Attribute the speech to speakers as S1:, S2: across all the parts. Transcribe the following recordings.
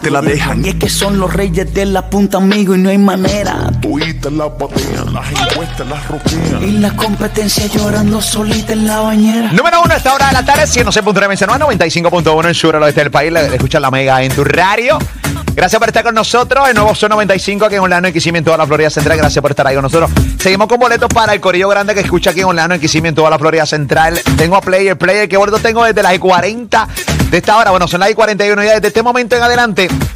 S1: Te la dejan.
S2: Y es que son los reyes de la punta, amigo, y no hay manera.
S1: Tuitas las batean, las encuestas las roquean.
S2: Y la competencia llorando solita en la bañera.
S3: Número uno a esta hora de la tarde, 106.9 en San Juan, 95.1 en Sur, al oeste del país. Le, le escucha la mega en tu radio. Gracias por estar con nosotros. El nuevo Son 95 aquí en Orlando, en Kissimmee, en toda la Florida Central. Gracias por estar ahí con nosotros. Seguimos con boletos para el corillo grande que escucha aquí en Orlando, en Kissimmee, en toda la Florida Central. Tengo a Player, Player. ¿Qué boletos tengo desde las 40 de esta hora? Bueno, son las 41 ya desde este momento en adelante.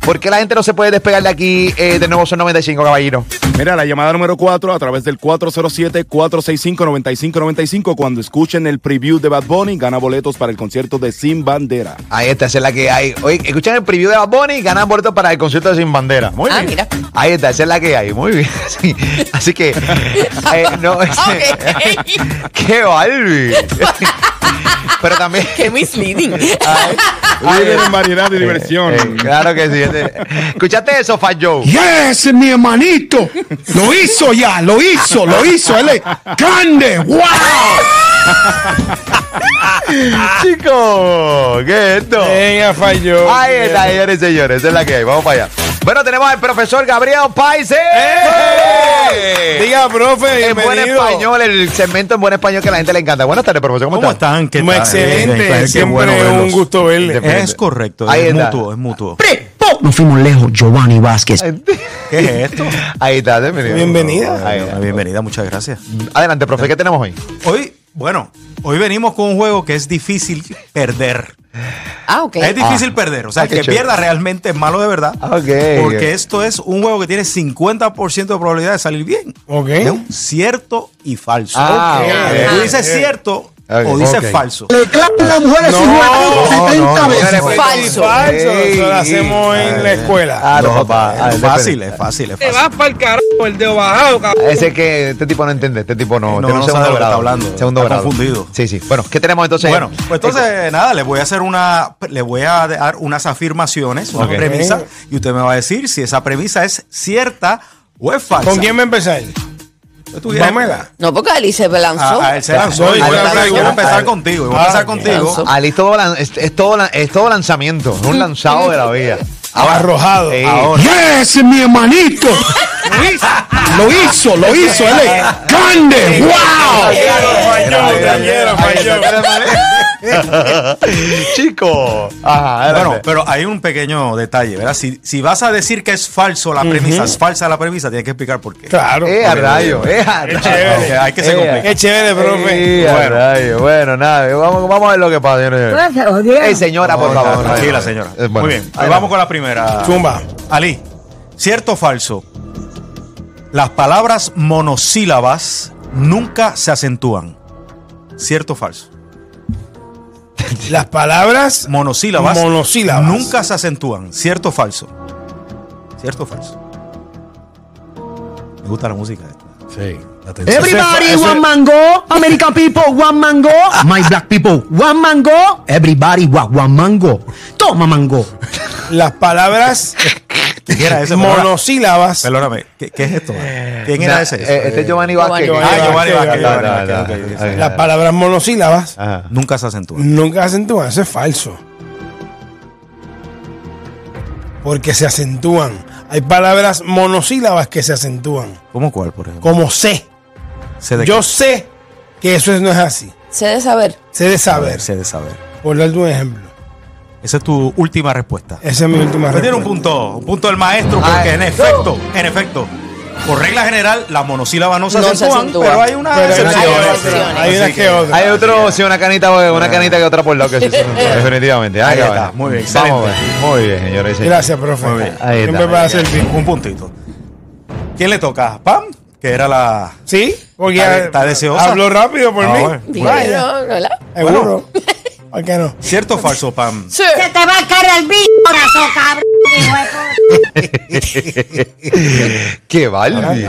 S3: ¿Por qué la gente no se puede despegar de aquí eh, de nuevo Son 95, caballero?
S4: Mira, la llamada número 4 a través del 407-465-9595 cuando escuchen el preview de Bad Bunny gana boletos para el concierto de Sin Bandera.
S3: Ahí está, esa es la que hay. Oye, escuchan el preview de Bad Bunny y ganan boletos para el concierto de Sin Bandera. Muy
S5: Ah,
S3: bien.
S5: mira.
S3: Ahí está, esa es la que hay. Muy bien. Sí. Así que. eh, no,
S5: Ok.
S3: ¡Qué Balbi! Pero también.
S5: Qué misleading.
S3: Ay, ay,
S4: Líder en variedad y diversión.
S3: eh, claro que sí. este- Escuchaste eso, Fat Joe.
S1: Yes, mi hermanito. Lo hizo ya, lo hizo, lo hizo. Él es grande. ¡Wow!
S6: Ah.
S3: Chico, ¿qué es esto?
S4: Ella falló.
S3: Ahí está, señores y señores. Esa es la que hay. Vamos para allá. Bueno, tenemos al profesor Gabriel Paises.
S6: ¡Eh!
S4: Diga, profe,
S3: En buen
S4: bienvenido.
S3: español, el segmento en buen español que a la gente le encanta. Buenas tardes, profesor. ¿Cómo,
S6: ¿Cómo
S3: está?
S6: están? ¿Qué
S4: Muy
S6: tal?
S4: excelente,
S6: Bien, qué
S4: siempre
S6: bueno
S4: un
S6: verlos.
S4: gusto verle.
S6: Es correcto,
S3: Ahí
S6: es
S3: está.
S6: mutuo, es mutuo.
S2: Nos fuimos lejos, Giovanni Vázquez.
S6: ¿Qué es esto?
S3: Ahí está, bienvenido.
S4: Bienvenida.
S3: Ahí está.
S6: Bienvenida, muchas gracias.
S3: Adelante, profe, ¿qué tenemos hoy?
S6: Hoy, bueno, hoy venimos con un juego que es difícil perder.
S5: Ah, ok.
S6: Es difícil perder, o sea,
S3: Ah,
S6: el
S3: qué
S6: que
S3: chévere.
S6: pierda realmente es malo de verdad.
S3: Ah, ok,
S6: Porque
S3: ok.
S6: esto es un juego que tiene 50% de probabilidad de salir bien.
S4: Ok.
S6: De un cierto y falso.
S3: Ah,
S6: Ok.
S3: ok.
S6: Tú dices cierto
S3: Ok.
S6: o dices
S3: Ok.
S6: falso.
S2: Le clavan las mujeres
S4: No, no,
S3: no,
S2: veces.
S3: no, no,
S5: Falso.
S4: Falso,
S3: Ey,
S4: eso lo hacemos en la escuela.
S3: Ah, no,
S6: No,
S3: papá. Ah,
S6: es
S3: espera.
S6: fácil, es fácil, es fácil.
S3: Ese que este tipo no entiende, este tipo no.
S6: No,
S3: tiene un
S6: no
S3: segundo
S6: sabe lo que
S3: grado.
S6: está hablando.
S3: Segundo
S6: Está
S3: grado.
S6: confundido.
S3: Sí, sí. Bueno, ¿qué tenemos entonces? Eh,
S6: Bueno, pues entonces nada, les voy a hacer una, les voy a dar unas afirmaciones, una
S3: Ok.
S6: premisa, y usted me va a decir si esa premisa es cierta o es falsa.
S4: ¿Con quién va a empezar?
S6: Tú dirás-
S4: Pamela.
S5: No, porque Alice me lanzó.
S6: Ah, ah, él se lanzó.
S4: Soy
S6: Yo voy
S4: yo,
S6: a empezar-
S4: yo,
S6: yo voy a
S4: yo.
S6: empezar contigo. yo Voy a
S4: Ah,
S6: empezar
S5: lanzó.
S6: contigo.
S3: Ali todo lan- es, es todo lan- es todo lanzamiento, es un lanzado de la vida.
S6: Ah,
S4: Arrojado.
S3: Sí.
S6: Ahora.
S1: Yes, mi hermanito. Lo hizo, lo hizo, lo hizo. Él es grande. ¡Wow!
S3: Chico. Ajá, adelante.
S6: Bueno, pero hay un pequeño detalle, ¿verdad? Si, si vas a decir que es falso la premisa, es falsa la premisa, tienes que explicar por qué.
S4: Claro.
S3: Eh, a rayo, eh, a rayo.
S4: chévere,
S6: hay que ser complejo.
S4: Qué chévere, profe.
S3: Eh, a
S4: Bueno.
S3: rayo. Bueno, nada, vamos, vamos a ver lo que pasa. señores. Ey, señora, por
S6: No,
S3: favor.
S6: Tranquila, señora.
S3: Eh, bueno.
S6: Muy bien. pues
S3: Adelante.
S6: vamos con la primera.
S4: Zumba.
S6: Ali, ¿cierto o falso? Las palabras monosílabas nunca se acentúan. ¿Cierto o falso?
S4: Las palabras
S6: Monosílabas,
S4: Monosílabas.
S6: nunca se acentúan. ¿Cierto o falso? ¿Cierto o falso? Me gusta la música. esta.
S2: Everybody,
S4: Ese-
S2: one mango. American people, one mango. My black people, one mango. Everybody, wa- one mango. Toma mango.
S4: Las palabras
S6: ¿Quién era ese?
S4: monosílabas.
S6: Perdóname, ¿qué, qué es esto? ¿Quién
S3: Nah,
S6: era ese?
S3: eh, este es Giovanni Vázquez.
S5: Giovanni.
S6: ah, Giovanni Vázquez,
S4: Vázquez,
S6: Giovanni
S3: Vázquez,
S6: Vázquez,
S3: Vázquez,
S6: ok,
S3: Vázquez.
S6: ok,
S4: Las palabras monosílabas
S6: sí.
S3: Ajá.
S6: Nunca se acentúan.
S4: nunca se acentúan. Eso es falso. Porque se acentúan. Hay palabras monosílabas que se acentúan.
S6: ¿Cómo cuál, por ejemplo?
S4: Como sé.
S6: Se de-
S4: Yo sé que eso no es así.
S5: Se de saber.
S4: Sé de
S6: A ver,
S4: saber.
S6: se de saber.
S4: Por darte un ejemplo.
S6: Esa es tu última respuesta. Ah, eh.
S4: Esa es mi última
S6: Usted tiene
S4: respuesta.
S6: Eh, un punto, un punto del maestro, porque
S3: Ay.
S6: en efecto, en efecto, por regla general, las monosílabas no se
S5: No se
S6: acentúan,
S5: acentúan.
S6: pero hay una
S4: Pero hay una
S6: excepción.
S4: que
S5: Hay
S4: otra,
S5: excepciones.
S4: Hay una
S6: Así
S4: que
S6: que-
S4: otra.
S3: Hay otro, sí, una canita, una canita que otra por lado que sí, sí, definitivamente. Ay,
S6: Ah. Ahí está,
S3: cabrón.
S6: muy bien,
S3: Vamos, Muy bien, señores. y señores.
S4: Gracias, profe.
S6: Muy bien.
S3: Ahí
S4: Siempre
S3: está.
S4: para
S6: Ahí está.
S4: servir.
S6: Un puntito. ¿Quién le toca? ¿Pam? Que era la.
S4: Sí, porque
S6: Está- está deseosa.
S4: habló rápido por
S6: Ah,
S4: mí.
S6: bueno.
S5: Digo,
S4: Vaya,
S5: no, no, la-
S4: seguro. ¿Por qué no?
S6: ¿Cierto o falso, Pam?
S5: Sí.
S7: Se te va a caer el bicho, corazón, cabrón. hijo de puta.
S3: Qué Balbi.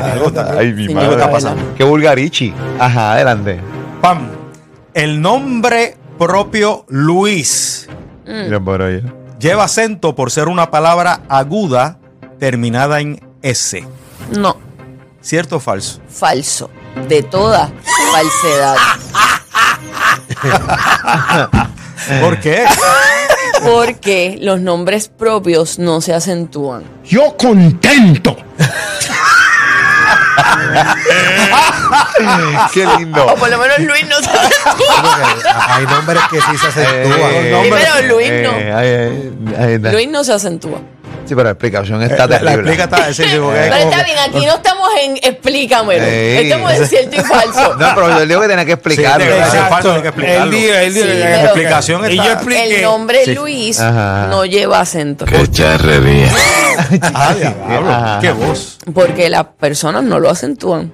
S3: Ay, mi
S5: Sí,
S3: madre.
S5: me está pasando.
S3: Qué vulgarichi. Ajá, adelante.
S6: Pam. El nombre propio Luis
S3: Mira por ahí.
S6: lleva acento por ser una palabra aguda terminada en S.
S5: No,
S6: ¿Cierto o falso?
S5: falso. De toda falsedad.
S6: ¿Por qué?
S5: porque los nombres propios no se acentúan.
S1: Yo contento.
S6: Ah.
S3: Qué lindo.
S5: O por lo menos Luis no se acentúa.
S8: Hay nombres que sí se acentúan.
S3: Eh,
S8: Los nombres-
S5: Primero Luis no.
S3: eh, ahí- ahí- ahí está.
S5: Luis no se acentúa.
S3: Sí, pero la explicación está
S6: La, la
S3: terrible.
S6: explica está. sí, sí, porque es
S5: Pero
S6: como
S5: está
S6: que-
S5: bien, aquí no estamos en explícamelo.
S3: Ey.
S5: Estamos en cierto y falso.
S3: No, pero yo digo que tenía que explicarlo.
S6: Sí,
S3: ¿verdad?
S6: hace
S4: Exacto.
S6: falta, hay que explicarlo.
S4: Él diga, él diga
S5: Sí,
S4: que
S5: pero-
S4: haga
S5: La
S6: explicación
S4: Y yo
S6: está-
S5: Ah, El
S4: expliqué.
S5: nombre Luis
S3: Ajá.
S5: no lleva acento.
S6: Ah, diablo,
S3: Ajá.
S6: Qué voz.
S5: Porque las personas no lo acentúan.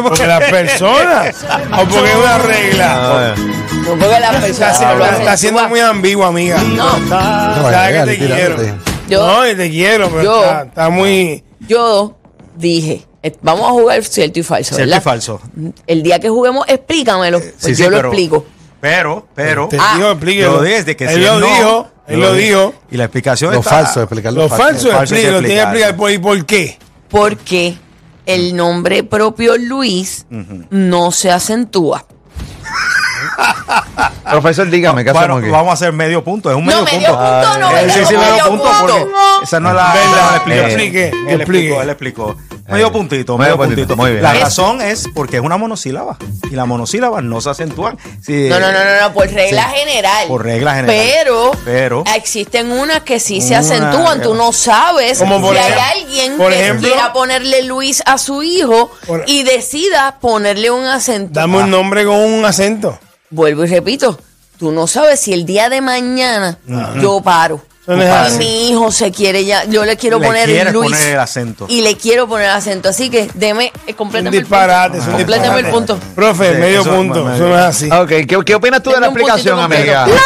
S4: Porque las personas. o porque es una regla.
S3: Ah,
S5: No porque las
S4: Está,
S5: personas no lo
S4: siendo- está siendo
S5: acentúan.
S4: muy ambigua, amiga.
S5: No,
S8: No,
S4: Sabes
S8: legal,
S4: que te quiero.
S8: tirándote.
S5: Yo-
S4: no, y te quiero, pero
S5: yo-
S4: está, está muy.
S5: yo dije, eh, vamos a jugar cierto y falso,
S6: Cierto y
S5: ¿verdad?
S6: falso.
S5: El día que juguemos, explícamelo.
S6: Sí,
S5: pues
S6: sí,
S5: yo lo
S6: pero-
S5: explico.
S6: Pero, pero.
S4: Te
S5: Ah.
S4: digo, explíquelo.
S6: Lo dije, de que
S4: él
S6: si
S4: lo
S6: no,
S4: dijo, él lo dijo.
S6: Y la explicación
S8: Lo
S6: está.
S8: falso, explicar
S4: Lo falso,
S6: falso hay que
S4: explíquelo, tiene que
S6: explicarlo.
S4: explicar por, y por qué.
S5: Porque
S6: Mm.
S5: el nombre propio Luis no se acentúa.
S3: Profesor, dígame, ¿qué
S6: Bueno,
S3: hacemos aquí?
S6: vamos a hacer medio punto. Es un medio
S5: No, medio
S6: punto.
S5: punto, no,
S6: Ah,
S5: venga
S6: sí, sí,
S5: con
S6: medio
S5: medio
S6: punto.
S5: punto.
S6: porque esa no es la,
S4: ¿Verdad?
S6: la
S3: eh,
S6: explicación.
S4: Explique,
S6: él
S4: explique.
S6: explicó, él explicó. Medio puntito,
S3: Medio
S6: medio, puntito.
S3: puntito, muy bien.
S6: La
S3: Es-
S6: razón es porque es una monosílaba. Y las monosílabas no se acentúan. Sí,
S5: No, no, no, no, no, por regla
S6: Eh, sí.
S5: general.
S6: Por regla general.
S5: Pero,
S6: Pero-
S5: existen unas que sí se
S6: Una-
S5: acentúan. Tú no sabes
S4: Como por
S5: si
S4: ejem-
S5: hay alguien
S4: por
S5: que
S4: ejemplo-
S5: quiera ponerle Luis a su hijo
S4: Por-
S5: y decida ponerle un acento.
S4: Dame un nombre con un acento.
S5: Vuelvo y repito, tú no sabes si el día de mañana yo paro.
S4: Eso no es
S5: y
S4: así.
S5: mi hijo se quiere ya, yo le quiero
S6: Le
S5: poner
S6: quieres
S5: Luis.
S6: poner el acento.
S5: Y le quiero poner el acento. Así que deme, eh,
S4: Un
S5: complétame el
S4: disparate, es
S5: punto.
S4: un
S5: Complétame
S4: disparate.
S5: el punto.
S4: Profe,
S6: Sí,
S4: medio
S6: eso-
S4: punto.
S6: bueno,
S4: eso no es así.
S3: Ok, ¿qué, qué opinas tú de la
S5: Denme un puntito
S3: explicación, amiga?
S5: completo.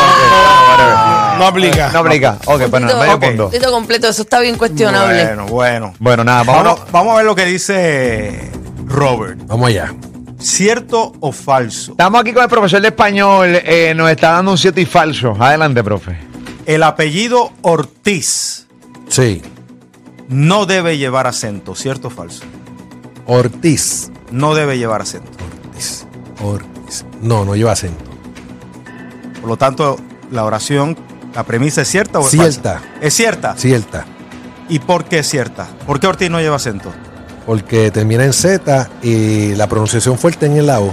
S3: No,
S4: No aplica.
S3: no aplica. Ok, bueno,
S5: Puntito-
S3: medio
S5: ok.
S3: punto.
S5: Puntito completo, eso está bien cuestionable.
S6: Bueno, bueno.
S3: Bueno, nada, vámonos.
S6: Vamos, vamos a ver lo que dice Robert.
S8: Vamos allá.
S6: ¿Cierto o falso?
S3: Estamos aquí con el profesor de español. eh, nos está dando un cierto y falso. Adelante, profe.
S6: El apellido Ortiz
S8: Sí.
S6: no debe llevar acento. ¿Cierto o falso?
S8: Ortiz.
S6: No debe llevar acento.
S8: Ortiz. Ortiz. No, no lleva acento.
S6: Por lo tanto, la oración, la premisa es cierta o es
S8: Cierta.
S6: falsa? Es cierta.
S8: Cierta.
S6: ¿Y por qué es cierta? ¿Por qué Ortiz no lleva acento?
S8: Porque termina en Z y la pronunciación fuerte en el AO.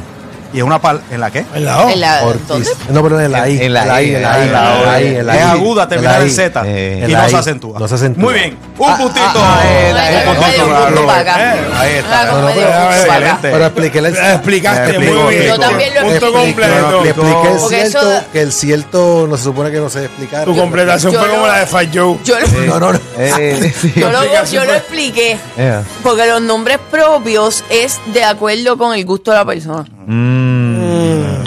S6: ¿Y es una pal en la qué?
S4: En la O.
S5: En
S2: Ah,
S5: la-
S8: Ortiz.
S5: entonces,
S8: No, pero en la I.
S3: En la I,
S8: en la I, en la I, en la I, en la I.
S6: es aguda,
S8: En la
S6: terminar en
S8: I.
S6: Z.
S3: Eh,
S8: en
S6: y
S8: la
S6: no
S8: I.
S6: se acentúa.
S8: No se acentúa. Ah,
S6: Muy bien. Un puntito.
S3: eh,
S5: Bueno,
S3: eh,
S5: medio
S3: eh,
S5: punto
S3: eh,
S5: para
S3: Robert.
S5: acá.
S6: Eh, ahí está.
S5: Ah, como
S6: Bueno,
S5: medio
S6: pues,
S5: punto para acá.
S6: excelente.
S8: Pero expliqué el
S4: Ah, Explicaste
S6: Explico,
S4: muy bien.
S6: explico.
S5: Yo también lo
S4: Punto
S5: expliqué.
S4: completo.
S8: Le expliqué el
S5: Porque
S8: cierto,
S5: eso-
S8: que el cierto no se supone que no se explica.
S4: Tu completación
S5: Yo
S4: fue
S5: lo-
S4: como la de Fat Joe.
S5: Yo lo,
S8: No, no, no.
S3: Eh, sí.
S5: yo lo, yo lo expliqué.
S3: Eh.
S5: Porque los nombres propios es de acuerdo con el gusto de la persona.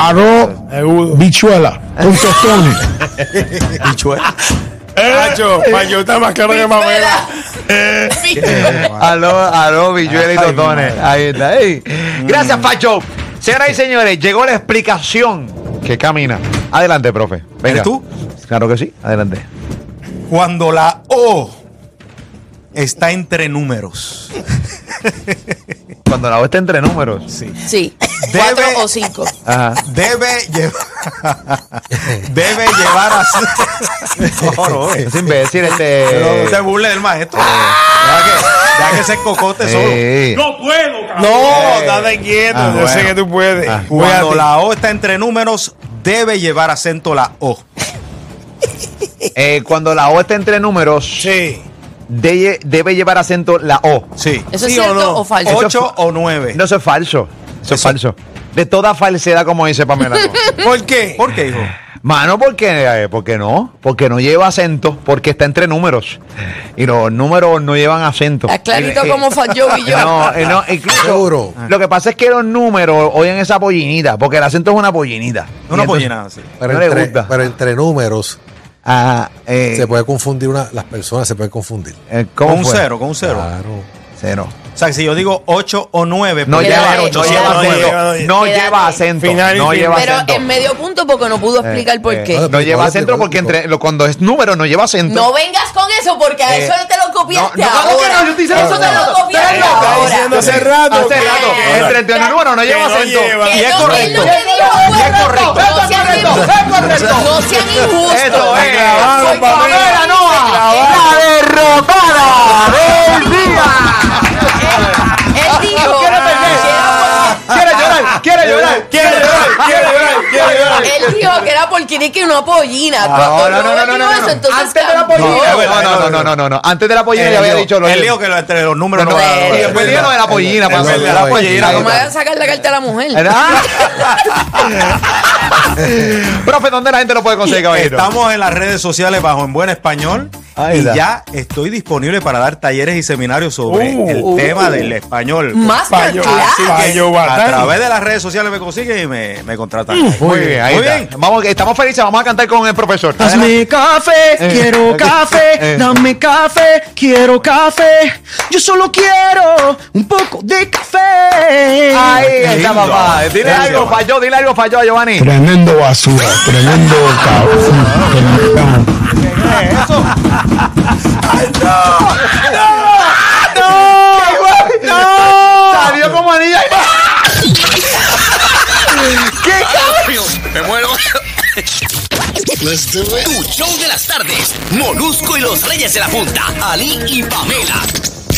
S1: Arroz,
S4: Agudo.
S1: bichuela, con tostones.
S4: Nacho, Fat Joe está más caro que mamera.
S3: Aló, aló, Villuela y
S6: Ay,
S3: Totones.
S6: madre.
S3: Ahí está. ey. Gracias, Pacho. Señoras y señores, llegó la explicación que camina. Adelante, profe. Venga.
S6: ¿Eres tú?
S3: Claro que sí. Adelante.
S6: Cuando la O está entre números.
S3: Cuando la voz está entre números.
S6: Sí.
S5: Sí.
S6: Debe-
S5: Cuatro o cinco.
S3: Ajá.
S6: Debe llevar. debe llevar acento. No, no, eh.
S3: Es imbécil este.
S8: Eh.
S6: No se burle del maestro. Deja que, deja que se cocote solo.
S3: Eh.
S4: No, date quieto.
S6: Ah,
S4: yo sé
S6: bueno.
S4: que tú puedes.
S6: Cuando
S4: Cuídate.
S6: la O está entre números, debe llevar acento la O.
S3: Eh, cuando la O está entre números,
S4: Sí.
S3: debe, debe llevar acento la O.
S6: Sí.
S5: ¿Eso es
S4: ¿Sí o
S5: cierto o,
S4: no?
S5: falso?
S3: Eso-
S6: Ocho o nueve.
S3: No, eso es falso. Eso, es
S6: Eso-
S3: falso. De toda falsedad, como dice Pamela.
S4: ¿Por qué?
S6: ¿Por qué, hijo?
S3: Mano, ¿por qué? Eh, ¿por qué no? Porque no lleva acento, porque está entre números. Y los números no llevan acento.
S5: Está clarito
S3: Eh, eh,
S5: como falló y yo.
S3: No, eh, no, incluso-
S8: Seguro.
S3: Lo que pasa es que los números oyen esa pollinita, porque el acento es una pollinita.
S6: Una
S3: Y entonces-
S6: pollina así.
S8: Pero,
S3: No le
S8: entre,
S3: gusta.
S8: pero entre números
S3: Ajá, eh,
S8: se puede confundir una, las personas, se pueden confundir.
S3: eh, ¿cómo
S6: Con un
S3: fue?
S6: cero, con un cero.
S8: Claro.
S3: Cero.
S6: O sea, que si yo digo 8 o 9,
S3: No
S5: Queda
S3: lleva,
S5: bien,
S3: no
S5: queda
S3: lleva
S8: bien.
S3: acento. No
S5: Queda
S3: lleva
S5: bien.
S3: acento.
S8: Final y
S3: No
S8: fin.
S3: lleva
S5: Pero
S3: acento.
S5: en medio punto porque no pudo explicar por qué.
S9: eh,
S3: No lleva
S9: Explico,
S3: acento
S9: explico,
S3: porque
S9: explico.
S3: entre, lo- cuando es número no lleva acento.
S5: No vengas con eso porque a eso te lo copiaste
S3: Eh, no, no, no,
S5: ahora.
S3: no, yo estoy diciendo
S5: eso
S3: eso
S5: te
S3: hace
S5: lo
S3: rato.
S5: copiaste
S3: Está
S5: ahora.
S8: diciendo hace rato.
S3: Hace
S8: que-
S3: rato.
S5: que-
S3: Entre entre el número no lleva
S8: que no
S3: acento.
S8: lleva.
S5: Que
S3: Y es
S5: no,
S3: correcto.
S5: es lo que dijo, fue
S3: Y es
S5: correcto.
S3: correcto.
S5: No sean
S3: Es correcto.
S5: injustos.
S3: Es correcto.
S5: No sean injustos.
S3: Esto es.
S8: clavaron,
S5: Soy
S8: papá.
S5: Pamela Noa.
S3: La derrotada del día.
S5: Él dijo.
S3: quiere perder. Quiere llorar, quiere llorar, quiere llorar, quiere llorar, quiere llorar.
S5: Él dijo que era por Kiriki y no pollina.
S3: Ahora, Ah, no, no, no, no, no, no. Antes de la pollina.
S6: es
S3: No,
S6: verdad,
S3: no,
S6: es
S3: no,
S6: verdad.
S3: no, no, no. Antes de la pollina ya había dicho lo
S6: El lío que lo- entre los números
S3: No,
S6: no,
S3: no,
S6: va a-
S3: no, no,
S5: Es
S3: después dijeron de la pollina,
S9: Es
S3: pasó de
S9: verdad,
S3: la
S9: es
S3: pollina.
S9: verdad.
S5: No me hagan sacar la carta a la mujer.
S3: Ah. Profe, ¿dónde la gente lo puede conseguir, caballero?
S6: Estamos en las redes sociales bajo En Buen Español
S3: Ahí
S6: y
S3: está.
S6: ya estoy disponible para dar talleres y seminarios sobre
S8: Uh,
S6: el
S5: uh.
S6: tema del español.
S8: Fallo,
S6: Ah,
S5: Masterclass.
S8: así que- fallo
S6: A
S8: batán.
S6: través de las redes sociales me consiguen y me, me contratan.
S3: Muy bien, ahí
S6: Muy
S3: está.
S6: bien.
S3: Vamos, estamos felices, vamos a cantar con el profesor.
S1: Hazme café, quiero
S3: eh.
S1: café, dame café, quiero café. Yo solo quiero un poco de café.
S3: Ahí está,
S6: Lindo.
S3: papá. Dile
S6: Gracias,
S3: algo,
S6: papá.
S3: falló, dile algo, falló a Giovanni.
S10: Tremendo basura, tremendo cabrón.
S3: Salió como anilla.
S2: Me muero. Tu show de las tardes. Molusco y los Reyes de la Punta. Ali y Pamela.